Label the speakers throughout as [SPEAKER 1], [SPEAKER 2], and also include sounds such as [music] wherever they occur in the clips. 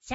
[SPEAKER 1] シ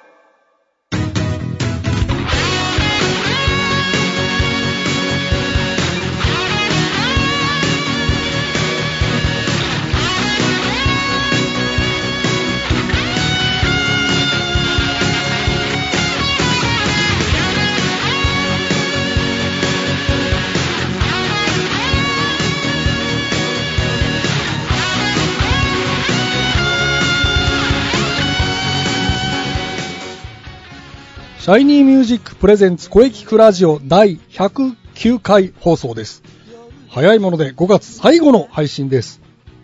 [SPEAKER 2] シャイニーミュージックプレゼンツ声聞くラジオ第109回放送です。早いもので5月最後の配信です。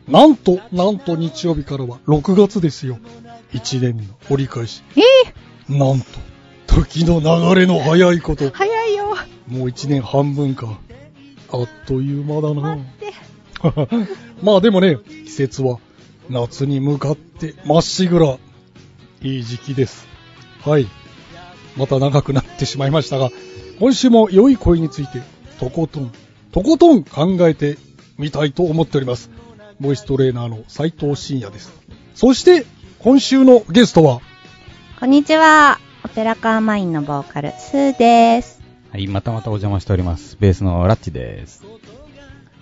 [SPEAKER 2] なんと、なんと日曜日からは6月ですよ。1年の折り返し。
[SPEAKER 3] え
[SPEAKER 2] なんと、時の流れの早いこと
[SPEAKER 3] ー、。早いよ。
[SPEAKER 2] もう1年半分か。あっという間だな
[SPEAKER 3] 待。って。
[SPEAKER 2] [laughs] まあでもね、季節は夏に向かってまっしぐら。いい時期です。はい。また長くなってしまいましたが、今週も良い恋について、とことん、とことん考えてみたいと思っております。ボイストレーナーの斉藤慎也です。そして、今週のゲストは、
[SPEAKER 3] こんにちは。オペラカーマインのボーカル、スーです。
[SPEAKER 4] はい、またまたお邪魔しております。ベースのラッチです。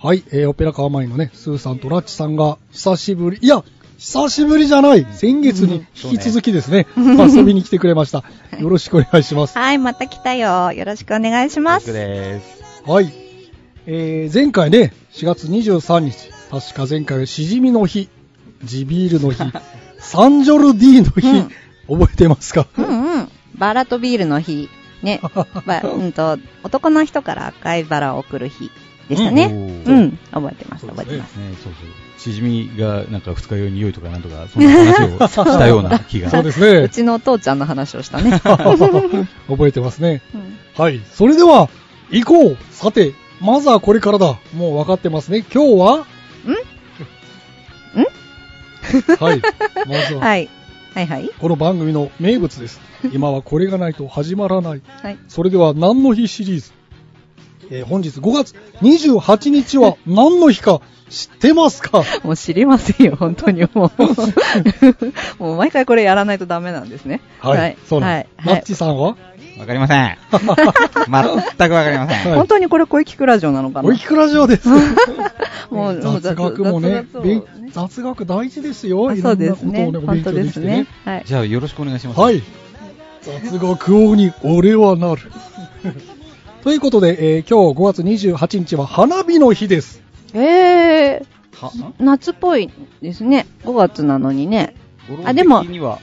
[SPEAKER 2] はい、えー、オペラカーマインのね、スーさんとラッチさんが、久しぶり、いや、久しぶりじゃない先月に引き続きですね、遊びに来てくれました。よろしくお願いします。
[SPEAKER 3] はい、また来たよ。よろしくお願いしま
[SPEAKER 4] 僕
[SPEAKER 3] す。
[SPEAKER 4] です。
[SPEAKER 2] はい。えー、前回ね、4月23日、確か前回はしじみの日、地ビールの
[SPEAKER 3] [laughs]
[SPEAKER 2] 日、サンジョルディの日、覚えてますか
[SPEAKER 3] うんうん。バラとビールの日。ね。ばうんと、男の人から赤いバラを送る日でしたね。
[SPEAKER 4] う
[SPEAKER 3] うんん、
[SPEAKER 4] おー
[SPEAKER 3] 覚えてます、
[SPEAKER 2] そう
[SPEAKER 3] 覚
[SPEAKER 2] で
[SPEAKER 3] え
[SPEAKER 2] すね
[SPEAKER 3] てます。
[SPEAKER 4] ね、そうそう。しじみがなんか二日酔いに良いとかなんとか、そんな話をしたような気が。
[SPEAKER 2] そうです
[SPEAKER 3] う
[SPEAKER 2] ね。。
[SPEAKER 3] ちのお父ちゃんの話をしたね
[SPEAKER 2] 覚えてますね。
[SPEAKER 3] うん
[SPEAKER 2] はい。それでは、行こうさて、まずはこれからだ。もう分かってますね。今日ははい。まずは、
[SPEAKER 3] はい。はいはい。
[SPEAKER 2] この番組の名物です。今はこれがないと始まらない。
[SPEAKER 3] はい。
[SPEAKER 2] それでは、何の日シリーズ。えー本日5月28日は何の日か知ってま
[SPEAKER 3] [laughs]
[SPEAKER 2] すか
[SPEAKER 3] もう知りませんよ、本当にもう。もう毎回これやらないとダメなんですね。
[SPEAKER 2] そう
[SPEAKER 3] は
[SPEAKER 2] なん
[SPEAKER 3] い
[SPEAKER 2] で。す。
[SPEAKER 3] は
[SPEAKER 2] マッ
[SPEAKER 3] い。
[SPEAKER 2] チさんは
[SPEAKER 4] わかりません。全くわかりません。
[SPEAKER 2] はい
[SPEAKER 3] 本当にこれ声聞くラジオなのかな
[SPEAKER 2] おいきくラジオ [laughs] です。
[SPEAKER 3] もう、もう
[SPEAKER 2] 雑学もね
[SPEAKER 3] 雑雑を
[SPEAKER 2] 勉雑学大事ですよ。
[SPEAKER 3] あ
[SPEAKER 2] い
[SPEAKER 3] そ
[SPEAKER 2] ろ
[SPEAKER 3] うん
[SPEAKER 2] な
[SPEAKER 3] で
[SPEAKER 2] こ
[SPEAKER 3] す
[SPEAKER 2] とを
[SPEAKER 3] ね
[SPEAKER 2] ね、。お
[SPEAKER 3] 本
[SPEAKER 2] 勉
[SPEAKER 3] 当
[SPEAKER 2] 強
[SPEAKER 3] で
[SPEAKER 2] でき
[SPEAKER 3] す
[SPEAKER 2] て
[SPEAKER 3] ね
[SPEAKER 2] ね。。
[SPEAKER 3] はい。
[SPEAKER 4] じゃあよろしくお願いします。
[SPEAKER 2] はい。。雑学王に俺はなる。 [laughs] ということで、えー今日5月28日は花火の日です。
[SPEAKER 3] えー、
[SPEAKER 4] は
[SPEAKER 3] 夏っぽいですね。5月なのにね。あで
[SPEAKER 4] 語
[SPEAKER 3] も
[SPEAKER 4] 呂的には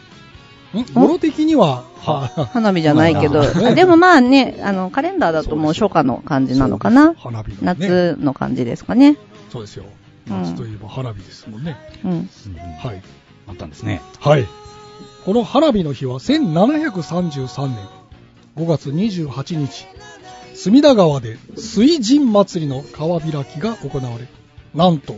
[SPEAKER 2] ん語呂的には、は
[SPEAKER 3] 花火じゃないけど。
[SPEAKER 2] そうなんだ
[SPEAKER 3] あでもまあね、あの、カレンダーだともう初夏の感じなのかな。
[SPEAKER 2] 花火の、ね。。
[SPEAKER 3] 夏の感じですかね。
[SPEAKER 2] そうですよ。
[SPEAKER 3] うん
[SPEAKER 2] 夏といえば花火ですもんね。
[SPEAKER 3] うん。
[SPEAKER 4] うんうん
[SPEAKER 2] はい。
[SPEAKER 4] あったんですね。
[SPEAKER 2] はい。この花火の日は1733年5月28日、隅田川で水神祭りの川開きが行われ、なんと、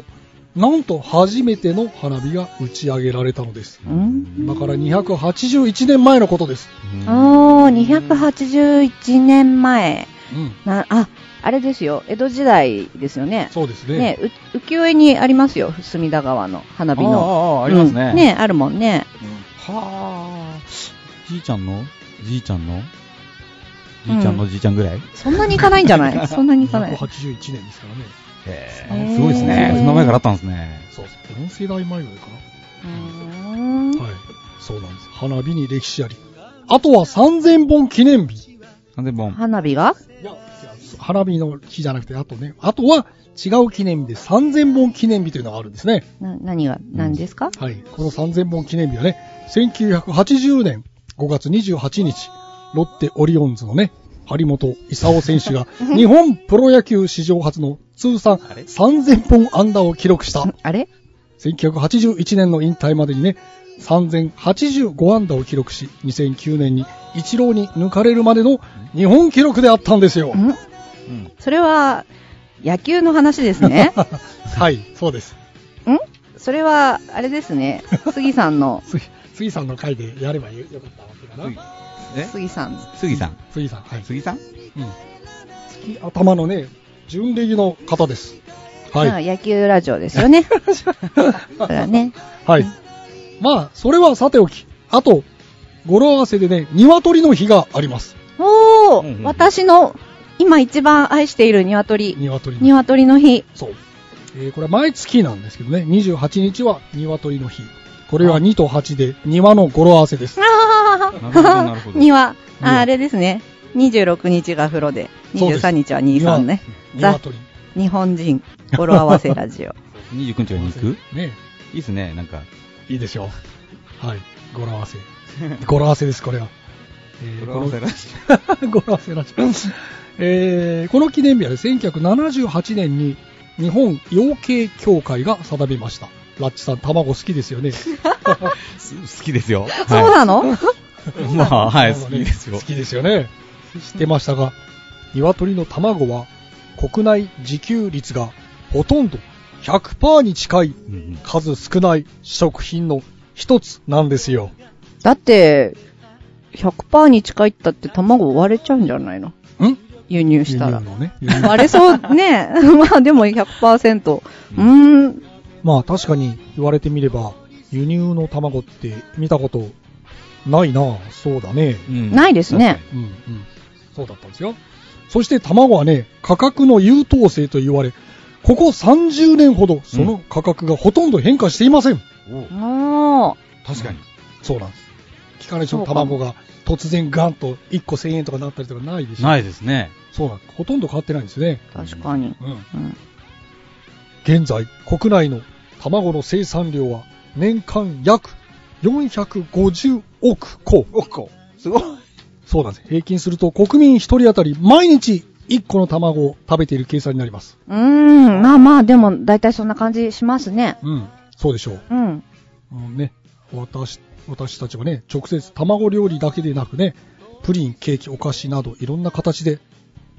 [SPEAKER 2] なんと初めての花火が打ち上げられたのです。
[SPEAKER 3] うん。
[SPEAKER 2] 今から281年前のことです。
[SPEAKER 3] おー、281年前。
[SPEAKER 2] うん。
[SPEAKER 3] な、あ、あれですよ。江戸時代ですよね。
[SPEAKER 2] そうですね。
[SPEAKER 3] ね、う浮世絵にありますよ。隅田川の花火の。
[SPEAKER 4] ああ、ありますね。
[SPEAKER 3] うんね、あるもんね。
[SPEAKER 4] はあ。じいちゃんのじいちゃんのじいちゃんのじいちゃんぐらい、
[SPEAKER 3] そんなにいかないんじゃ [laughs] ないそんなにいかない。
[SPEAKER 2] 281年ですからね。
[SPEAKER 3] へ
[SPEAKER 4] へえ。
[SPEAKER 3] え
[SPEAKER 4] すごいですね。そんな前からあったんですね。
[SPEAKER 2] そうそう。4世代前ぐらいか
[SPEAKER 3] うーん
[SPEAKER 2] な。はい。そうなんです。花火に歴史あり。あとは3000本記念日。
[SPEAKER 4] なんでもん。
[SPEAKER 3] 花火が
[SPEAKER 2] 花火の日じゃなくて、あとね、あとは違う記念日で3000本記念日というのがあるんですね。
[SPEAKER 3] な何が、何ですか、
[SPEAKER 2] はい。この3000本記念日はね、1980年5月28日、ロッテオリオンズのね、張本勲選手が日本プロ野球史上初の通算
[SPEAKER 4] あれ
[SPEAKER 2] 3000本安打を記録した
[SPEAKER 3] んあれ
[SPEAKER 2] 1981年の引退までにね、3085安打を記録し、2009年に一郎に抜かれるまでの日本記録であったんですよ。。
[SPEAKER 3] ん
[SPEAKER 4] うん。
[SPEAKER 3] それは、野球の話です
[SPEAKER 4] [laughs]
[SPEAKER 3] ね
[SPEAKER 2] [laughs] はい、そうです。、
[SPEAKER 3] んそれは、あれですね。杉さん
[SPEAKER 4] [laughs]
[SPEAKER 3] の
[SPEAKER 2] 杉杉さんの回でやればよかったわけだな。
[SPEAKER 4] え
[SPEAKER 3] 杉さん。
[SPEAKER 4] 杉さん。
[SPEAKER 2] 杉さん、はい。
[SPEAKER 4] 杉さん
[SPEAKER 2] うん。月頭のね、準レギの方です。はい。
[SPEAKER 4] [laughs]
[SPEAKER 3] まあ野球ラジオですよね。それはね。
[SPEAKER 2] [laughs] はい。まあ、それはさておき、あと、語呂合わせでね、鶏の日があります。
[SPEAKER 3] おー、
[SPEAKER 4] うんうん
[SPEAKER 3] 私の今一番愛している鶏。
[SPEAKER 2] 鶏の日。
[SPEAKER 3] 鶏の日。
[SPEAKER 2] そう。えーこれは毎月なんですけどね、28日は鶏の日。これは2と8で庭の語呂合わせです。
[SPEAKER 3] あ
[SPEAKER 4] なるほどなるほ
[SPEAKER 3] ー
[SPEAKER 4] ど
[SPEAKER 3] [laughs] 庭。あ
[SPEAKER 2] 庭
[SPEAKER 3] ーあれですね。26日が風呂で、
[SPEAKER 2] そうです
[SPEAKER 3] 23日は23ね。ザ・
[SPEAKER 2] 鶏。
[SPEAKER 3] 日本人語呂合わせラ
[SPEAKER 4] [laughs]
[SPEAKER 3] ジオ。
[SPEAKER 4] 29日は肉
[SPEAKER 2] ね
[SPEAKER 4] いいっすね、なんか。
[SPEAKER 2] いいでしょう。はい。語呂合わせ。 [laughs] 語呂合わせです、これは。えー
[SPEAKER 4] 語呂合わせらしい
[SPEAKER 2] この [laughs] 語呂合わせらしい。えーこの記念日はね、1978年に日本養鶏協会が定めました。ラッチさん、卵好きですよね。
[SPEAKER 4] す好きですよ。 [laughs] はい
[SPEAKER 3] そうなの [laughs]
[SPEAKER 4] まあ、はい、好
[SPEAKER 2] 卵ね
[SPEAKER 4] きですよ
[SPEAKER 2] 好。きですよね。知ってましたが、鶏の卵は国内自給率がほとんど100%に近い
[SPEAKER 4] うんうん
[SPEAKER 2] 数少ない食品の一つなんですよ。
[SPEAKER 3] だって、100%に近いったって卵割れちゃうんじゃないの
[SPEAKER 2] ん
[SPEAKER 3] 輸入した
[SPEAKER 2] 輸
[SPEAKER 3] ら
[SPEAKER 2] 入。
[SPEAKER 3] [laughs]
[SPEAKER 2] のね。
[SPEAKER 3] 割れそうね。 [laughs] まあでも100%。うーん。
[SPEAKER 2] まあ確かに言われてみれば、輸入の卵って見たことないなそうだね。
[SPEAKER 4] うん
[SPEAKER 3] ないですね
[SPEAKER 2] うんうん。そうだったんですよ。そして卵はね、価格の優等生と言われ、ここ30年ほどその価格がほとんど変化していません。
[SPEAKER 3] も
[SPEAKER 4] 確かに。
[SPEAKER 2] そうなんです。機関車の卵が突然ガンと1個1000円とかなったりとかないでしょ。
[SPEAKER 4] ないですね。
[SPEAKER 2] そうなんです。ほとんど変わってないんですね。
[SPEAKER 3] う、確かに。
[SPEAKER 2] うん。
[SPEAKER 3] うん。
[SPEAKER 2] 現在、国内の卵の生産量は年間約450億個。億個。
[SPEAKER 4] すごい。
[SPEAKER 2] そうなんです。平均すると国民1人当たり毎日1個の卵を食べている計算になります。
[SPEAKER 3] うーん。まあまあ、でも、大体そんな感じしますね。
[SPEAKER 2] うん。そうでしょう。
[SPEAKER 3] うん。
[SPEAKER 2] うん、ね。私、私たちはね、直接卵料理だけでなくね、プリン、ケーキ、お菓子などいろんな形で、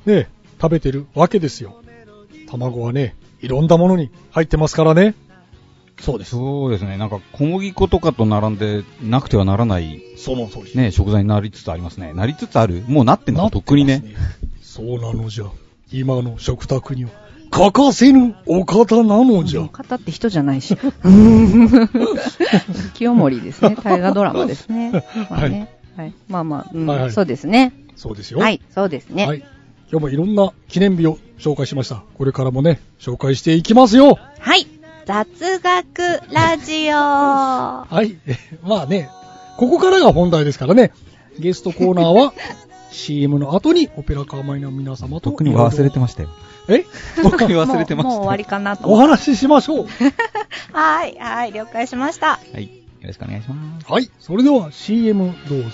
[SPEAKER 2] ね、食べてるわけですよ。卵はね、いろんなものに入ってますからね。そうです。
[SPEAKER 4] そうですね。なんか小麦粉とかと並んでなくてはならない
[SPEAKER 2] その通り。
[SPEAKER 4] ね、食材になりつつありますね。なりつつあるもうなってんの
[SPEAKER 2] な
[SPEAKER 4] かとっくにね。。
[SPEAKER 2] そうなのじゃ。今の食卓には欠かせぬお方なのじゃ。
[SPEAKER 3] 方って人じゃないし。清盛ですね。大河ドラマですね。まあね。はい。まあまあ、うん
[SPEAKER 2] はいはい
[SPEAKER 3] そうですね。
[SPEAKER 2] そうですよ。
[SPEAKER 3] はい、そうですね。
[SPEAKER 2] はい。今日もいろんな記念日を紹介しました。これからもね、紹介していきますよ。
[SPEAKER 1] はい。雑学ラジオ。
[SPEAKER 2] はい。え [laughs] まあね、ここからが本題ですからね。ゲストコーナーは CM の後にオペラカーマイの皆様と。
[SPEAKER 4] とっくに忘れてましたよ。
[SPEAKER 2] え
[SPEAKER 4] [laughs] とっくに忘れて
[SPEAKER 3] もう [laughs] も
[SPEAKER 4] ました
[SPEAKER 3] う
[SPEAKER 4] よ。
[SPEAKER 3] 終わりかなと
[SPEAKER 2] お
[SPEAKER 3] 思って。
[SPEAKER 2] 話ししましょう。
[SPEAKER 1] はい、はい、了解しました。
[SPEAKER 4] はい。よろしくお願いします。
[SPEAKER 2] はい。それでは CM どうぞ。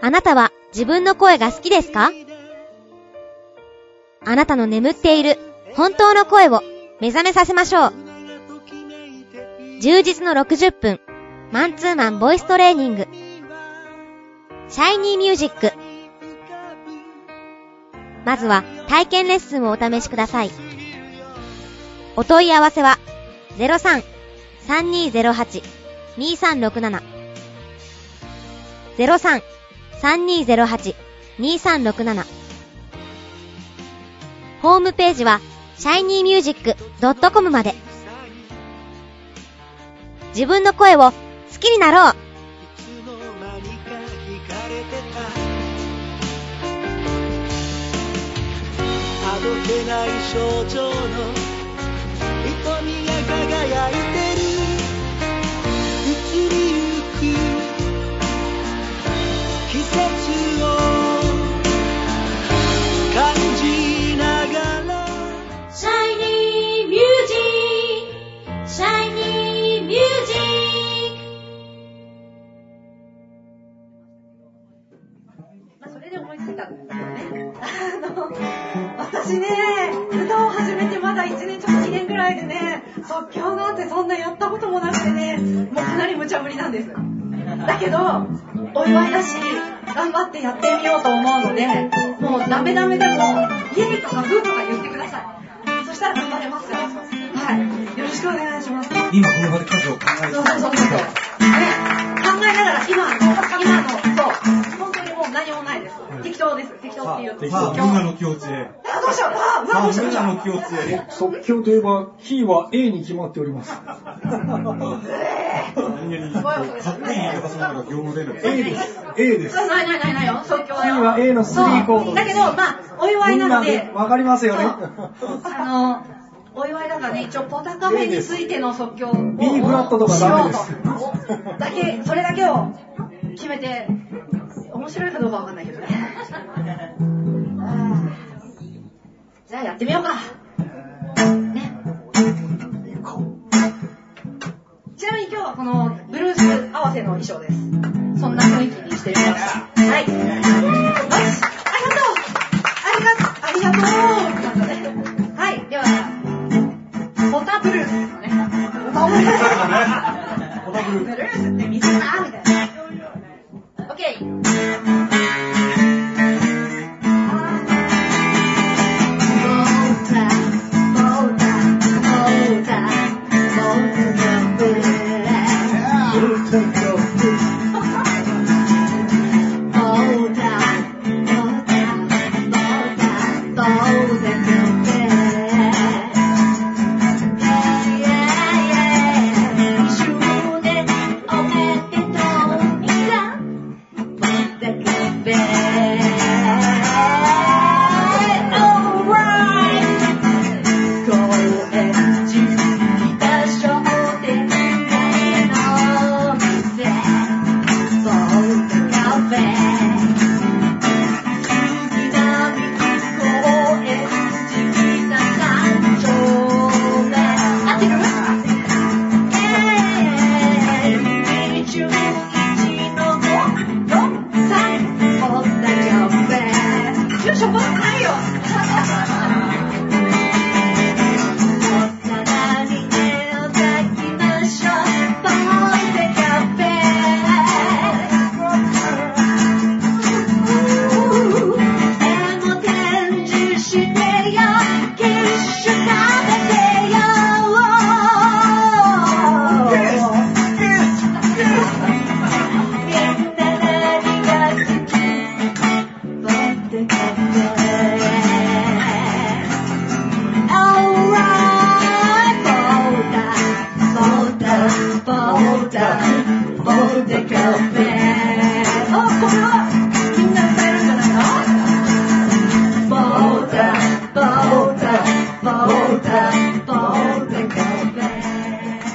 [SPEAKER 5] あなたは自分の声が好きですかあなたの眠っている本当の声を目覚めさせましょう。充実の60分、マンツーマンボイストレーニング。シャイニーミュージック。まずは体験レッスンをお試しください。お問い合わせは03-3208-2367 03-3208-2367ホームページは shinymusic.com まで自分の声を好きになろう
[SPEAKER 6] あどけない象徴の瞳が輝いてる移りゆく季節を感じながら
[SPEAKER 5] Shiny Music! Shiny Music!
[SPEAKER 7] それで思いついたんですよね。あの、私ね、歌を始めてまだ1年ちょっと2年ぐらいでね、即興なんてそんなやったこともなくてね、もうかなり無茶ぶりなんです。だけど、
[SPEAKER 8] お祝いだし、頑張ってやってみようと思うので、もうダメダメでも、家にとかグーとか言ってください。そしたら頑張れますよ。はい。よろしくお願いします。
[SPEAKER 9] 今この場で数を考え
[SPEAKER 8] そうそうそうそう。ね、考えながら今の、今の、そう。本当にもう何もないです。適当です。適当っていうと。
[SPEAKER 9] さあ、みんなの境地へ。
[SPEAKER 8] あ、どうしよう。あ、うわ
[SPEAKER 9] さ
[SPEAKER 8] ど
[SPEAKER 9] あ、
[SPEAKER 8] うしよう。
[SPEAKER 9] み
[SPEAKER 8] どう
[SPEAKER 9] ん
[SPEAKER 8] しよ
[SPEAKER 9] な
[SPEAKER 8] う
[SPEAKER 9] の境地へ。
[SPEAKER 2] 即興といえば、キーは A に決まっております。
[SPEAKER 9] みんなに、かっこいい言い方するのが業務連絡。
[SPEAKER 2] A です。A です。
[SPEAKER 8] ないないないないよ、即興だよ。
[SPEAKER 2] 次は A のスリーコード
[SPEAKER 8] そうだけど、まあ、お祝い
[SPEAKER 2] みん
[SPEAKER 8] な
[SPEAKER 2] な
[SPEAKER 8] の
[SPEAKER 2] で
[SPEAKER 8] で、
[SPEAKER 2] わかりますよね。
[SPEAKER 8] そうあの、お祝いだからね、一応、ポタカフェについての即興を
[SPEAKER 2] B フラットとか
[SPEAKER 8] しよう
[SPEAKER 2] ダメです
[SPEAKER 8] とだけ、それだけを決めて、面白いかどうかわかんないけどね。あーじゃあ、やってみようか。ね。ちなみに今日はこのブルース合わせの衣装です。そんな雰囲気にしてみました。はい。よしありがとうありがとうありがとうなんかねはい、では、ポタブルースですよね。ポタブルース。ポタブルース。って水だみたいな。オッケー。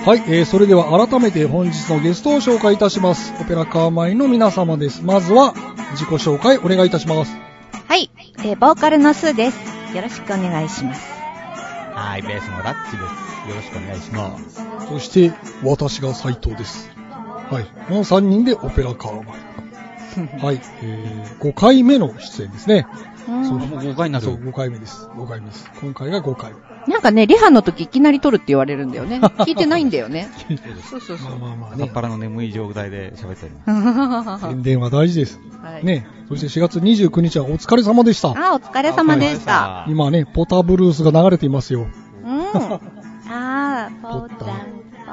[SPEAKER 10] はい、えーそれでは改めて本日のゲストを紹介いたします。オペラカーマイの皆様です。まずは、自己紹介お願いいたします。
[SPEAKER 3] はい、えーボーカルのスーです。よろしくお願いします。
[SPEAKER 4] はい、ベースのラッチです。よろしくお願いします。
[SPEAKER 10] そして、私が斉藤です。はい、この3人でオペラカーマイ。はい、えー5回目の出演ですね。
[SPEAKER 3] うん
[SPEAKER 4] もう5回にな
[SPEAKER 10] そう、
[SPEAKER 4] る。
[SPEAKER 10] 5回目です。5回目です。今回が5回目。
[SPEAKER 3] なんかね、リハの時いきなり撮るって言われるんだよ [laughs] ね。聞いてないんだよね。そうそうそう。
[SPEAKER 10] まあまあまあ
[SPEAKER 4] 朝っ
[SPEAKER 10] ね
[SPEAKER 4] ぱ。らの眠い状態で喋ってる。
[SPEAKER 3] は
[SPEAKER 10] 宣伝は大事です。
[SPEAKER 3] い、
[SPEAKER 10] ね、そして4月29日はお疲れ様でした。
[SPEAKER 3] あ、お疲れ様でした。
[SPEAKER 4] あ
[SPEAKER 10] 今ね、ポタブルースが流れていますよ。
[SPEAKER 3] うん。あー、ポータ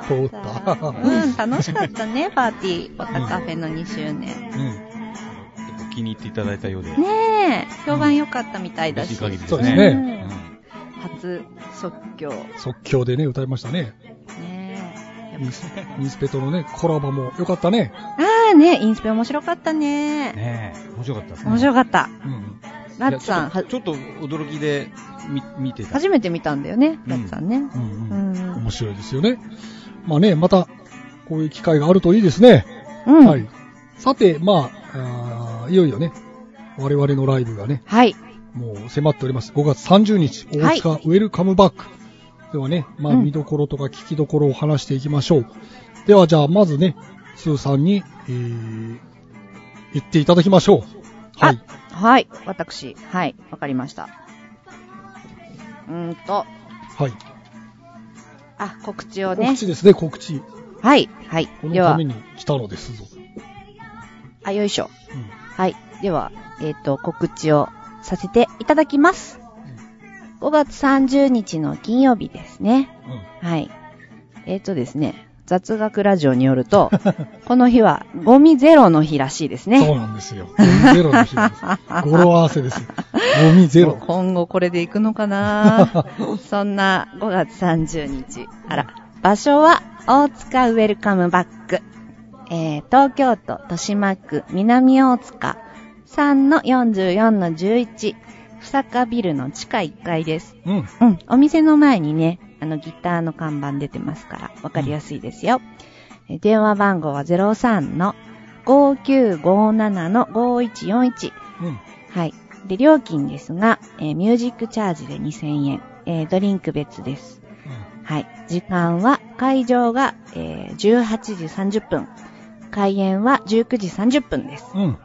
[SPEAKER 10] ポ
[SPEAKER 3] ン。
[SPEAKER 10] ータン
[SPEAKER 3] うん、楽しかったね、パーティー。ポタカフェの2周年。
[SPEAKER 10] うん。
[SPEAKER 4] 結構気に入っていただいたようで、
[SPEAKER 3] ねえ、評判良かったみたいだ
[SPEAKER 4] 嬉しい
[SPEAKER 3] し。
[SPEAKER 4] 限りで
[SPEAKER 10] そう
[SPEAKER 4] す
[SPEAKER 10] です
[SPEAKER 4] ね。
[SPEAKER 10] ね。
[SPEAKER 3] うん初即興。
[SPEAKER 10] 即興でね、歌いましたね。
[SPEAKER 3] ねえ。
[SPEAKER 10] ミスミスペとのね、コラボも良かったね。
[SPEAKER 3] あーね、インスペ面白かったね。
[SPEAKER 4] ねえ、面白かったですね。
[SPEAKER 3] 面白かった。
[SPEAKER 10] うん。
[SPEAKER 3] ラッツさん、はい
[SPEAKER 4] やちょっとちょっと驚きで見見てた。
[SPEAKER 3] 初めて見たんだよね、
[SPEAKER 4] うん
[SPEAKER 3] ラッツさんね。う
[SPEAKER 10] う
[SPEAKER 3] ん
[SPEAKER 10] うん。
[SPEAKER 3] ん。
[SPEAKER 10] 面白いですよね。まあね、また、こういう機会があるといいですね。
[SPEAKER 3] うん。
[SPEAKER 10] は
[SPEAKER 3] はいい。。
[SPEAKER 10] さて、まあ、あーいよいよね、我々のライブがね、もう迫っております。5月30日、
[SPEAKER 3] はい
[SPEAKER 10] 大塚ウェルカムバック。ではね、まあ、
[SPEAKER 3] うん
[SPEAKER 10] 見どころとか聞きどころを話していきましょう。では、じゃあ、まずね、スーさんに、えー、言っていただきましょう。はい。
[SPEAKER 3] はい。私。はい。わかりました。うーんと、
[SPEAKER 10] はい。
[SPEAKER 3] あ、告知をね
[SPEAKER 10] 告。知ですね、告知。
[SPEAKER 3] はい。はい
[SPEAKER 10] こ。の
[SPEAKER 3] で
[SPEAKER 10] た
[SPEAKER 3] は
[SPEAKER 10] め、に来たのですぞ。
[SPEAKER 3] あ、よいしょ。はい。では、えっ、と、告知をさせていただきます。5月30日の金曜日ですね。はい。えっ、とですね、雑学ラジオによると、この日はゴミゼロの日らしいですね。
[SPEAKER 2] そうなんですよ。ゴミゼロの日な
[SPEAKER 3] [laughs]
[SPEAKER 2] んです。語呂合わせですよ。ゴミゼロ。
[SPEAKER 3] 今後これで行くのかなそんな5月30日。あら、場所は大塚ウェルカムバック。えー、東京都豊島区南大塚3-44-11ふさかビルの地下1階です。
[SPEAKER 2] うん。
[SPEAKER 3] うん、お店の前にね、あのギターの看板出てますから、わかりやすいですよ。え電話番号は03-5957-5141。
[SPEAKER 2] うん。
[SPEAKER 3] はい。で、料金ですが、えーミュージックチャージで2000円、えードリンク別です。はい。時間は、会場が、えー18時30分。開演は19時30分です。
[SPEAKER 2] うん。うん。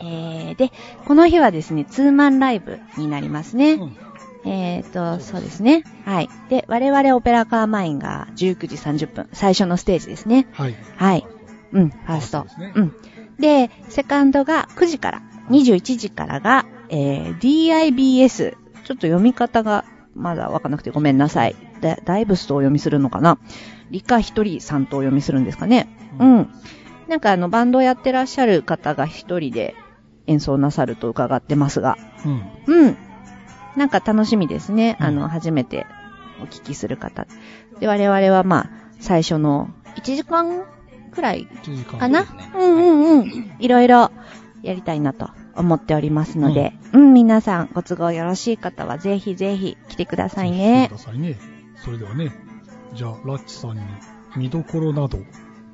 [SPEAKER 3] えーで、この日はですね、ツーマンライブになりますね。
[SPEAKER 2] うん
[SPEAKER 3] えっ、と、そうですね。はい。で、我々オペラカーマインが19時30分、最初のステージですね。
[SPEAKER 2] はい。
[SPEAKER 3] はい。うん、ファースト。
[SPEAKER 2] そうですね
[SPEAKER 3] うん。で、セカンドが9時から、21時からが、えー、DIBS。ちょっと読み方がまだわかんなくてごめんなさい。だ、ダイブスとお読みするのかな理科一人さんとお読みするんですかね。うん。なんかあの、バンドをやってらっしゃる方が一人で演奏なさると伺ってますが。
[SPEAKER 2] うん。
[SPEAKER 3] うん。なんか楽しみですね。
[SPEAKER 2] うん
[SPEAKER 3] あの、初めてお聞きする方。で、我々はまあ、最初の1時間くらい
[SPEAKER 2] 1時間。
[SPEAKER 3] かな、うんうんうん。いろいろやりたいなと思っておりますので、うん、皆さんご都合よろしい方はぜひぜひ来てくださいね
[SPEAKER 2] く。ださいね。それではね、じゃあ、ラッチさんに見どころなど。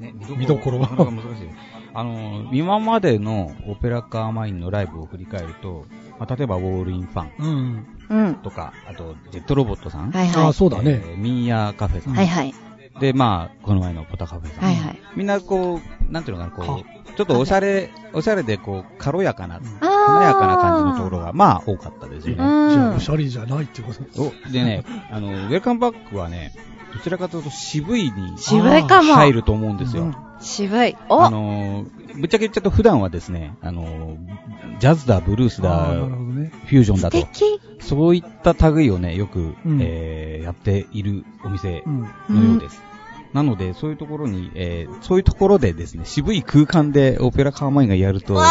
[SPEAKER 4] ね、
[SPEAKER 2] 見どころ
[SPEAKER 4] なかなか難しい。あの、今までのオペラカーマインのライブを振り返ると、まあ、例えばウォールインファン
[SPEAKER 2] うん。
[SPEAKER 3] うん。
[SPEAKER 4] とか、あとジェットロボットさん、
[SPEAKER 3] はい
[SPEAKER 2] あ
[SPEAKER 3] は
[SPEAKER 2] あ、
[SPEAKER 3] い。
[SPEAKER 2] そうだね。
[SPEAKER 4] えーミーヤーカフェさん、
[SPEAKER 3] はいはい。
[SPEAKER 4] で、まあ、この前のポタカフェさん、
[SPEAKER 3] はいはい。
[SPEAKER 4] みんなこう、なんていうのかな、こう、ちょっとおしゃれ、おしゃれでこう、軽やかな、
[SPEAKER 3] あ
[SPEAKER 2] ん
[SPEAKER 4] 華やかな感じのところが、まあ、多かったですよ
[SPEAKER 2] じ
[SPEAKER 4] ね。
[SPEAKER 2] ゃあ、おしゃれじゃないってことです。
[SPEAKER 4] おでね、あの、ウェルカムバックはね、どちらかというと渋いに
[SPEAKER 3] 渋いかも。
[SPEAKER 4] 入ると思うんですよ。
[SPEAKER 3] 渋い。
[SPEAKER 4] あ
[SPEAKER 3] お
[SPEAKER 4] のー、ぶっちゃけ言っちゃうと普段はですね、あのー、ジャズだ、ブルース
[SPEAKER 2] ああ、
[SPEAKER 4] だ
[SPEAKER 2] な、るほどね。
[SPEAKER 4] フュージョン
[SPEAKER 3] 素
[SPEAKER 4] だと、
[SPEAKER 3] 敵。
[SPEAKER 4] そういった類をね、よく、
[SPEAKER 2] うん
[SPEAKER 4] えーやっているお店
[SPEAKER 2] うん。
[SPEAKER 4] のようです。なので、そういうところに、えーそういうところでですね、渋い空間でオペラカーマインがやると、どう、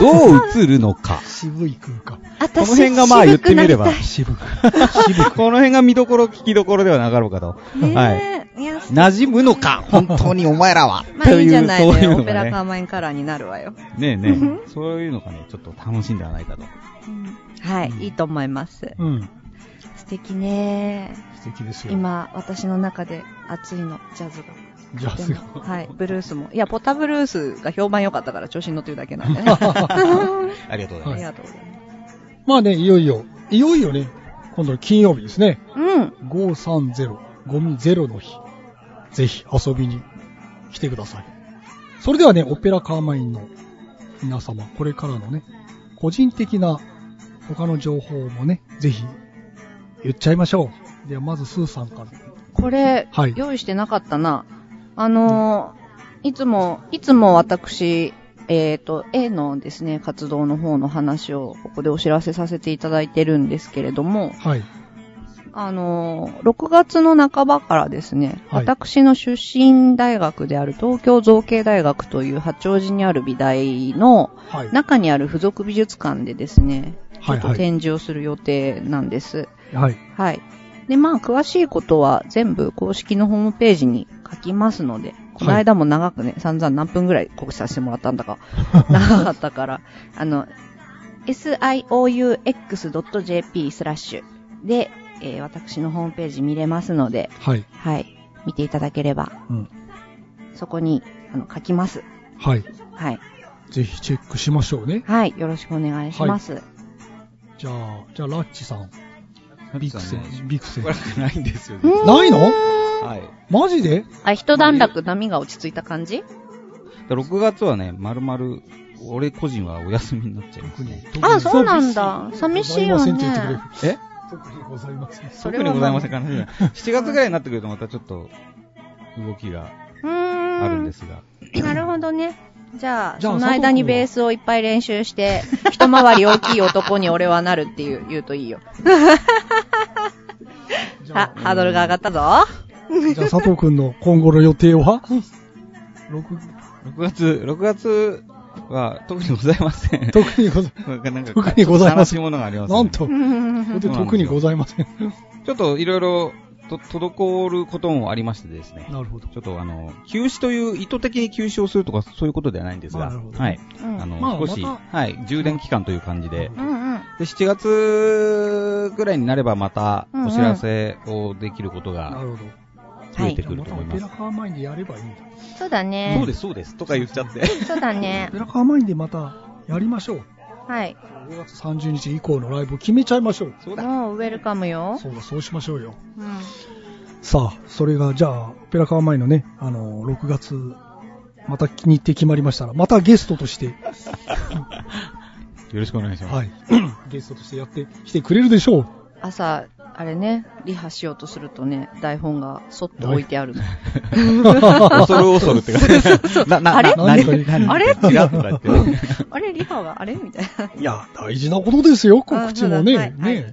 [SPEAKER 4] どう映るのか。
[SPEAKER 2] 渋い空間。
[SPEAKER 4] こ
[SPEAKER 3] 私
[SPEAKER 4] の辺がまあ言ってみれば、
[SPEAKER 2] 渋く。
[SPEAKER 4] この辺が見どころ、聞きどころではなかろうかと。はい。
[SPEAKER 3] ねえ。いや、
[SPEAKER 4] 馴染むのか、 [laughs] 本当にお前らは。
[SPEAKER 3] まあいいんじゃない
[SPEAKER 4] と
[SPEAKER 3] の
[SPEAKER 4] う
[SPEAKER 3] よ。
[SPEAKER 4] そう
[SPEAKER 3] オ
[SPEAKER 4] う
[SPEAKER 3] ペ
[SPEAKER 4] のが
[SPEAKER 3] ラ
[SPEAKER 4] ね
[SPEAKER 3] カーマインカラーになるわよ。
[SPEAKER 4] ねえねえ、そういうのがね、ちょっと楽しいんではないかと。
[SPEAKER 3] はい、
[SPEAKER 2] うん
[SPEAKER 3] いいと思います。
[SPEAKER 2] うん。
[SPEAKER 3] 素敵ね
[SPEAKER 2] 素敵ですよ。
[SPEAKER 3] 今、私の中で熱いの、ジャズが。
[SPEAKER 2] ジャズが。
[SPEAKER 3] はい、ブルースも。いや、ポタブルースが評判良かったから調子に乗ってるだけ
[SPEAKER 4] [laughs]
[SPEAKER 3] なんでね。あ
[SPEAKER 4] ありがとうござ
[SPEAKER 3] り
[SPEAKER 4] います。
[SPEAKER 3] がとうございま
[SPEAKER 2] まあね、いよいよ、いよいよね、今度は金曜日ですね。
[SPEAKER 3] す。うん。
[SPEAKER 2] 530、ゴミゼロの日。ぜひ遊びに来てください。それではね、オペラカーマインの皆様、これからのね、個人的な他の情報もね、ぜひ言っちゃいましょう。では、まずスーさんから。
[SPEAKER 3] これ、
[SPEAKER 2] はい
[SPEAKER 3] 用意してなかったな。あのー、いつも、いつも私、えっ、と、A のですね、活動の方の話をここでお知らせさせていただいてるんですけれども、
[SPEAKER 2] はい。
[SPEAKER 3] あのー、6月の半ばからですね、
[SPEAKER 2] はい
[SPEAKER 3] 私の出身大学である東京造形大学という八王子にある美大の
[SPEAKER 2] はい。
[SPEAKER 3] 中にある附属美術館でですね、ちょ
[SPEAKER 2] はい
[SPEAKER 3] っと
[SPEAKER 2] はい。
[SPEAKER 3] 展示をする予定なんです。
[SPEAKER 2] はい。
[SPEAKER 3] はい。で、まあ、詳しいことは全部公式のホームページに書きますので、この間も長くね、散々何分ぐらい告知させてもらったんだか、長かったから、あの、sioux.jp スラッシュで、えー私のホームページ見れますので、
[SPEAKER 2] はい。
[SPEAKER 3] はい、見ていただければ、
[SPEAKER 2] うん。
[SPEAKER 3] そこにあの書きます。
[SPEAKER 2] はい。
[SPEAKER 3] はい。
[SPEAKER 2] ぜひチェックしましょうね。
[SPEAKER 3] はい、よろしくお願いします。
[SPEAKER 2] じゃあ、じゃあ、ラッチさん。ビクセン、
[SPEAKER 4] ン。
[SPEAKER 2] ビクセン
[SPEAKER 4] こ。れがないんですよ
[SPEAKER 3] う
[SPEAKER 4] ね。
[SPEAKER 3] ん
[SPEAKER 2] ないの
[SPEAKER 4] はい。
[SPEAKER 2] マジで
[SPEAKER 3] あ、一段落波が落ち着いた感じ
[SPEAKER 4] だから6月はね、まるまる、俺個人はお休みになっちゃいますね。
[SPEAKER 3] あそうなんだ寂しいよね
[SPEAKER 2] ござませんって言ってくれる
[SPEAKER 4] え
[SPEAKER 2] 特にございません。
[SPEAKER 3] そ
[SPEAKER 4] 特にございませんからね。7月ぐらいになってくるとまたちょっと、動きが
[SPEAKER 3] うーん。
[SPEAKER 4] あるんですが。
[SPEAKER 3] [clears throat] なるほどね。じゃあ、
[SPEAKER 2] じゃあ
[SPEAKER 3] その間にベースをいっぱい練習して、一回り大きい男に俺はなるっていう、言うといいよ。
[SPEAKER 2] じ
[SPEAKER 3] あ
[SPEAKER 2] ゃあ、、
[SPEAKER 3] ハードルが上がったぞ。
[SPEAKER 2] じゃあ佐藤くんの今後の予定
[SPEAKER 4] [laughs]
[SPEAKER 2] は
[SPEAKER 4] 6月、6月は特にございません。
[SPEAKER 2] 特にござ、
[SPEAKER 4] [laughs] なんか
[SPEAKER 2] 特にございません
[SPEAKER 4] 悲しいものがあります、ね。
[SPEAKER 2] なんと、
[SPEAKER 3] うん
[SPEAKER 2] で特にございません。
[SPEAKER 4] ちょっといろいろと滞ることもありましてですね。
[SPEAKER 2] なるほど。
[SPEAKER 4] ちょっとあの、休止という、意図的に休止をするとか、そういうことではないんです
[SPEAKER 2] あ
[SPEAKER 4] が、
[SPEAKER 2] なるほど
[SPEAKER 4] はい。
[SPEAKER 3] うん
[SPEAKER 4] あの、
[SPEAKER 2] まあ
[SPEAKER 4] 少し、
[SPEAKER 2] ま
[SPEAKER 4] はい、充電期間という感じで、
[SPEAKER 3] うんうん。
[SPEAKER 4] で、7月ぐらいになればまた
[SPEAKER 3] うんうん
[SPEAKER 4] お知らせをできること
[SPEAKER 2] な
[SPEAKER 4] が
[SPEAKER 2] るほど。
[SPEAKER 4] 増えてくると思い
[SPEAKER 2] じゃあまたオペ
[SPEAKER 4] ま
[SPEAKER 2] ラ
[SPEAKER 4] す。
[SPEAKER 2] カーマインでやればいいんだ。
[SPEAKER 3] そうだね。
[SPEAKER 4] そうです、そうです、とか言っちゃって。
[SPEAKER 3] そうだね
[SPEAKER 2] オ。ペラカーマインでまたやりましょう。
[SPEAKER 3] はい。
[SPEAKER 2] 5月30日以降のライブを決めちゃいましょう。
[SPEAKER 4] そうだ。
[SPEAKER 3] もうウェルカムよ。
[SPEAKER 2] そうだ、そうしましょうよ。
[SPEAKER 3] うん。
[SPEAKER 2] さあ、それが、じゃあ、オペラカーマインのね、あの、6月、また気に入って決まりましたら、またゲストとして、
[SPEAKER 4] よろしくお願いします。
[SPEAKER 2] はい、 [clears throat] ゲストとしてやってきてくれるでしょう。
[SPEAKER 3] 朝、あれね、リハしようとするとね、台本がそっと置いてあるの。
[SPEAKER 4] 恐る恐るって [laughs] 感じ。な、な、
[SPEAKER 3] あれ
[SPEAKER 4] な何
[SPEAKER 2] なんか
[SPEAKER 4] 何
[SPEAKER 2] [laughs]
[SPEAKER 3] あれ
[SPEAKER 4] 違うとか言って。
[SPEAKER 3] あれリハはあれみたいな。
[SPEAKER 2] いや、大事なことですよ、告知もね。
[SPEAKER 3] あそうだはいは
[SPEAKER 2] ね、
[SPEAKER 3] い。
[SPEAKER 2] は
[SPEAKER 3] はいい。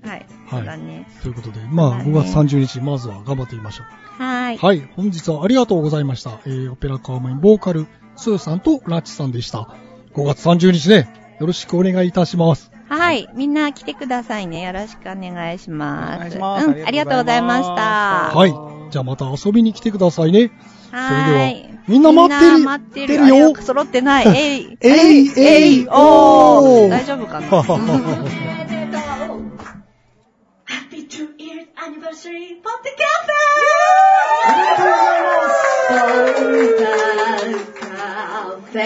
[SPEAKER 3] そうだね。
[SPEAKER 2] ということで、まあ、
[SPEAKER 3] そう
[SPEAKER 2] 5
[SPEAKER 3] だね
[SPEAKER 2] 月30日、まずは頑張ってみましょ
[SPEAKER 10] は
[SPEAKER 2] う。
[SPEAKER 10] い。
[SPEAKER 2] はい、本日はありがとうございました。えー、オペラカーマインボーカル、スーさんとラッチさんでした。5月30日ね、よろしくお願いいたします。
[SPEAKER 3] はい。みんな来てくださいね。よろしくお願いします。
[SPEAKER 4] お願いします
[SPEAKER 3] うん。ありがとうございました。
[SPEAKER 4] は
[SPEAKER 2] はい、じゃあまた遊びに来てくださいね。
[SPEAKER 3] は
[SPEAKER 2] それで
[SPEAKER 3] い
[SPEAKER 2] は。みんな待ってる
[SPEAKER 3] みんな待ってる
[SPEAKER 2] てるよ
[SPEAKER 3] あ早く揃って
[SPEAKER 2] [laughs]
[SPEAKER 3] ない。えい。
[SPEAKER 2] えいえいお
[SPEAKER 3] お
[SPEAKER 2] ー
[SPEAKER 3] ー大丈夫
[SPEAKER 2] [laughs]
[SPEAKER 3] かな
[SPEAKER 11] Happy two years anniversary podcast!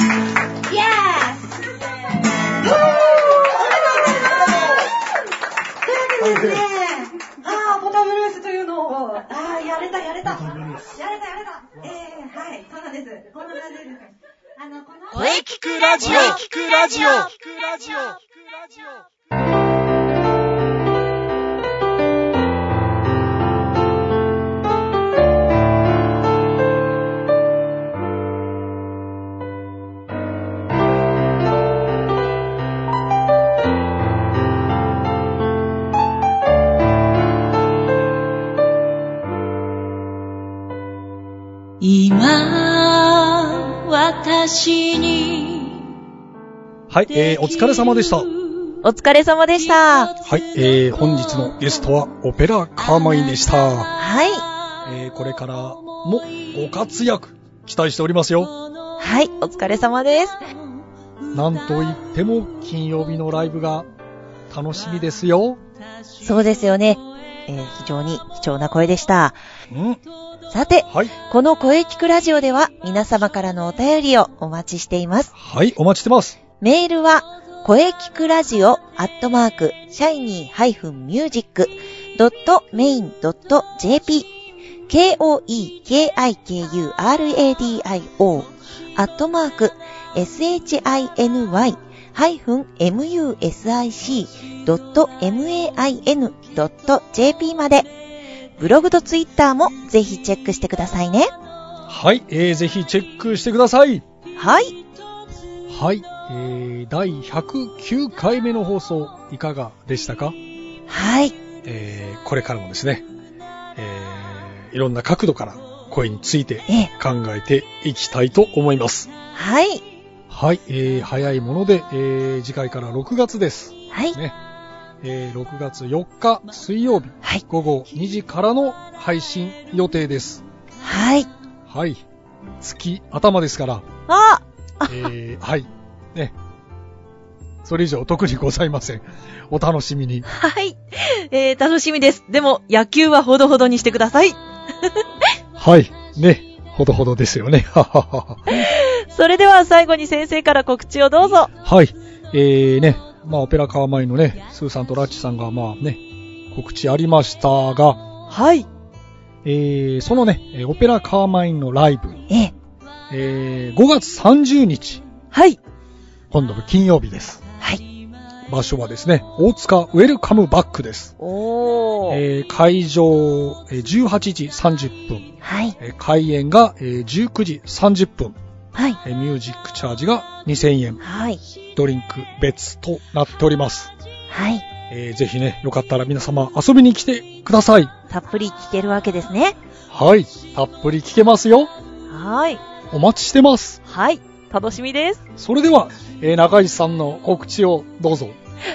[SPEAKER 11] Yes! おめでとうございますというわけでですね、あー、ポタブルースというのを、あー、やれた、やれた。やれた、やれた。えー、はい、そうなんです。こんな感じです。あの、この、
[SPEAKER 6] 声聞くラジオ聞くラジオ聞くラジオ
[SPEAKER 10] 今、私に。
[SPEAKER 2] はい、えー、お疲れ様でした。
[SPEAKER 10] お疲れ様
[SPEAKER 12] [laughs]
[SPEAKER 10] でした。
[SPEAKER 2] はい、えー、本日のゲストはオペラカーマインでした。
[SPEAKER 10] はい。
[SPEAKER 2] えー、これからもご活躍期待しておりますよ。
[SPEAKER 10] はい、お疲れ様です。
[SPEAKER 2] なんといっても金曜日のライブが楽しみですよ。
[SPEAKER 10] そうですよね。えー非常に貴重な声でした。
[SPEAKER 2] うん、
[SPEAKER 10] さて、
[SPEAKER 2] はい、
[SPEAKER 10] この声聞くラジオでは皆様からのお便りをお待ちしています。
[SPEAKER 2] はい、お待ちしてます。
[SPEAKER 10] メールは、声聞くラジオアットマーク、シャイニー -music.main.jp、k-o-e-k-i-k-u-r-a-d-i-o、アットマーク、shiny-music.main.jp まで、ブログとツイッターもぜひチェックしてくださいね。
[SPEAKER 2] はい、えー、ぜひチェックしてください。
[SPEAKER 10] はい。
[SPEAKER 2] はい、えー、第109回目の放送いかがでしたか
[SPEAKER 10] はい。
[SPEAKER 2] えー、これからもですね、えー、いろんな角度から声について
[SPEAKER 10] ええ、
[SPEAKER 2] 考えていきたいと思います。
[SPEAKER 10] はい。
[SPEAKER 2] はい、えー、早いもので、えー、次回から6月です。
[SPEAKER 10] はい。
[SPEAKER 2] ね。えー、6月4日水曜日、
[SPEAKER 10] はい
[SPEAKER 2] 午後2時からの配信予定です。
[SPEAKER 10] はい。
[SPEAKER 2] はい。月頭ですから、
[SPEAKER 10] あ
[SPEAKER 2] えー、はい。ね。それ以上特にございません。お楽しみに。
[SPEAKER 13] はい。えー、楽しみです。でも、野球はほどほどにしてください。
[SPEAKER 2] はい。ね。ほどほどですよね。 [laughs] はははは。
[SPEAKER 13] それでは最後に先生から告知をどうぞ。
[SPEAKER 2] はい。えーね、まあ、オペラカーマインのね、スーさんとラッチさんが、まあね、告知ありましたが、
[SPEAKER 13] はい。
[SPEAKER 2] えー、そのね、えーオペラカーマインのライブ、
[SPEAKER 10] ええ、
[SPEAKER 2] えー、5月30日。
[SPEAKER 12] はい。
[SPEAKER 2] 今度の金曜日です。
[SPEAKER 12] はい。
[SPEAKER 2] 場所はですね、大塚ウェルカムバックです。
[SPEAKER 12] おー。
[SPEAKER 2] えー会場、えー18時30分。
[SPEAKER 12] はい。
[SPEAKER 2] えー開演が、えー19時30分。
[SPEAKER 12] はい。
[SPEAKER 2] えーミュージックチャージが2000円。
[SPEAKER 12] はい。
[SPEAKER 2] ドリンク別となっております。
[SPEAKER 1] はい。
[SPEAKER 2] えーぜひね、よかったら皆様遊びに来てください。
[SPEAKER 1] たっぷり聞けるわけですね。
[SPEAKER 2] はい。たっぷり聞けますよ。
[SPEAKER 12] はい。
[SPEAKER 2] お待ちしてます。
[SPEAKER 12] はい。楽しみです。
[SPEAKER 2] それでは、えー中石さんの告知をどうぞ。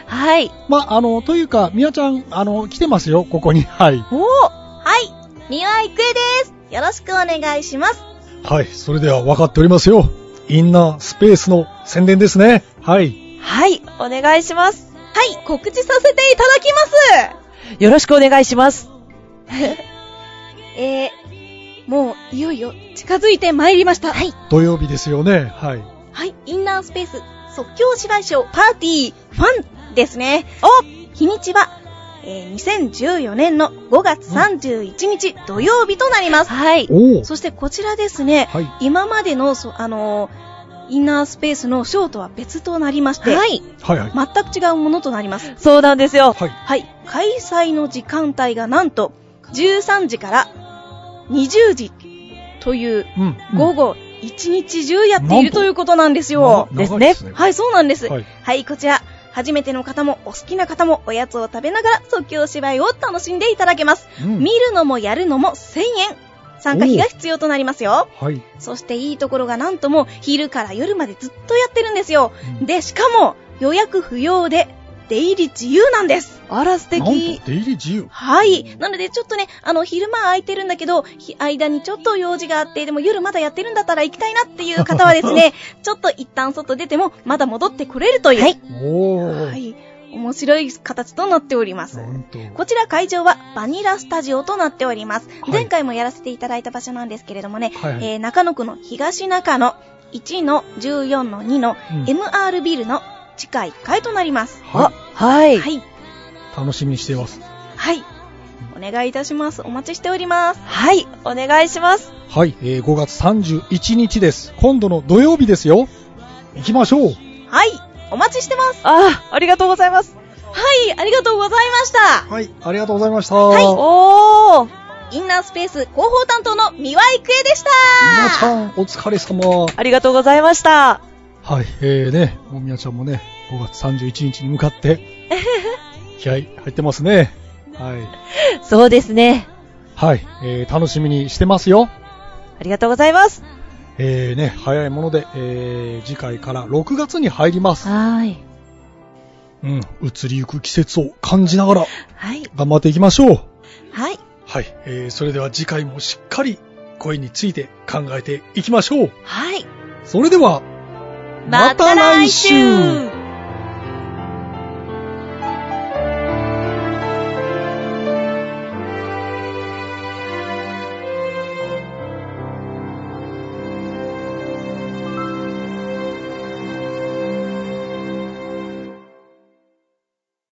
[SPEAKER 1] はい。
[SPEAKER 2] まあ、あの、というか、みやちゃん、あの、来てますよ、ここに。 [laughs] はい。
[SPEAKER 12] おー。
[SPEAKER 10] はい、三輪郁恵です。よろしくお願いします。
[SPEAKER 2] はい、それでは分かっておりますよ。インナースペースの宣伝ですね。はい。
[SPEAKER 12] はい。お願いします。
[SPEAKER 10] はい、告知させていただきます。
[SPEAKER 12] よろしくお願いします。
[SPEAKER 10] [laughs] えー、もういよいよ近づいてまいりました。はい。
[SPEAKER 2] 土曜日ですよね。はい。
[SPEAKER 10] はい、インナースペース即興芝居賞パーティーファンですね。お日にちは、えー2014年の5月31日土曜日となります。はい
[SPEAKER 2] おー
[SPEAKER 10] そしてこちらですね、
[SPEAKER 2] はい
[SPEAKER 10] 今までの、そあのーインナースペースのショーとは別となりまして、
[SPEAKER 12] はい
[SPEAKER 2] はいはい。
[SPEAKER 10] 全く違うものとなります。
[SPEAKER 12] そうなんですよ。
[SPEAKER 2] はい。
[SPEAKER 10] はい、開催の時間帯がなんと13時から20時という
[SPEAKER 2] うん。
[SPEAKER 10] 午後一日中やってい
[SPEAKER 2] なん
[SPEAKER 10] る
[SPEAKER 2] と
[SPEAKER 10] ということなんですよ。
[SPEAKER 2] な長いですね
[SPEAKER 10] はい、そうなんです。
[SPEAKER 2] は
[SPEAKER 10] はいい、こちら。初めての方もお好きな方もおやつを食べながら即興芝居を楽しんでいただけます。
[SPEAKER 2] うん
[SPEAKER 10] 見るのもやるのも1000円。参加費が必要となりますよ。
[SPEAKER 2] はい。
[SPEAKER 10] そしていいところがなんとも昼から夜までずっとやってるんですよ。
[SPEAKER 2] うん
[SPEAKER 10] で、しかも予約不要で出入り自由なんです。
[SPEAKER 12] あら、素
[SPEAKER 2] なんと、
[SPEAKER 12] 敵。
[SPEAKER 2] 出入り自由。
[SPEAKER 10] はい。なので、ちょっとね、あの、昼間空いてるんだけど、ひ間にちょっと用事があって、でも夜まだやってるんだったら行きたいなっていう方はですね、
[SPEAKER 2] [laughs]
[SPEAKER 10] ちょっと一旦外出ても、まだ戻ってこれるという。はい。
[SPEAKER 2] おー。
[SPEAKER 10] 面白い形となっております。
[SPEAKER 2] なんと。
[SPEAKER 10] こちら会場はバニラスタジオとなっております。
[SPEAKER 2] はい
[SPEAKER 10] 前回もやらせていただいた場所なんですけれどもね、
[SPEAKER 2] はいはい
[SPEAKER 10] えー中野区の東中野1の14の2の
[SPEAKER 2] うん
[SPEAKER 10] MR ビルの地下1階となります。
[SPEAKER 2] は
[SPEAKER 12] はい。
[SPEAKER 10] はい。
[SPEAKER 2] い。楽しみにしています。
[SPEAKER 10] はい。お願いいたします。お待ちしております。
[SPEAKER 12] はい。お願いします。
[SPEAKER 2] はい。えー5月31日です。今度の土曜日ですよ。行きましょう。
[SPEAKER 10] はい。お待ちしてます。
[SPEAKER 12] あー、ありがとうございます。
[SPEAKER 10] はい。ありがとうございました。
[SPEAKER 2] はい。ありがとうございました。い。
[SPEAKER 12] おー。
[SPEAKER 10] インナースペース広報担当の三輪郁恵でした。
[SPEAKER 2] みやちゃん、お疲れ様。
[SPEAKER 12] ありがとうございました。
[SPEAKER 2] はい、えーね、もうみやちゃんもね、5月31日に向か
[SPEAKER 12] [laughs]
[SPEAKER 2] って、気合い入ってますね。はい。
[SPEAKER 12] そうですね。
[SPEAKER 2] はい、えー楽しみにしてますよ。
[SPEAKER 12] ありがとうございます。
[SPEAKER 2] えーね、早いもので、えー次回から6月に入ります。
[SPEAKER 12] はい。
[SPEAKER 2] うん、移りゆく季節を感じながら、
[SPEAKER 12] はい。
[SPEAKER 2] 頑張っていきましょう。
[SPEAKER 12] はい。
[SPEAKER 2] はい、えーそれでは次回もしっかり声について考えていきましょう。
[SPEAKER 12] はい。
[SPEAKER 2] それでは、
[SPEAKER 12] また来週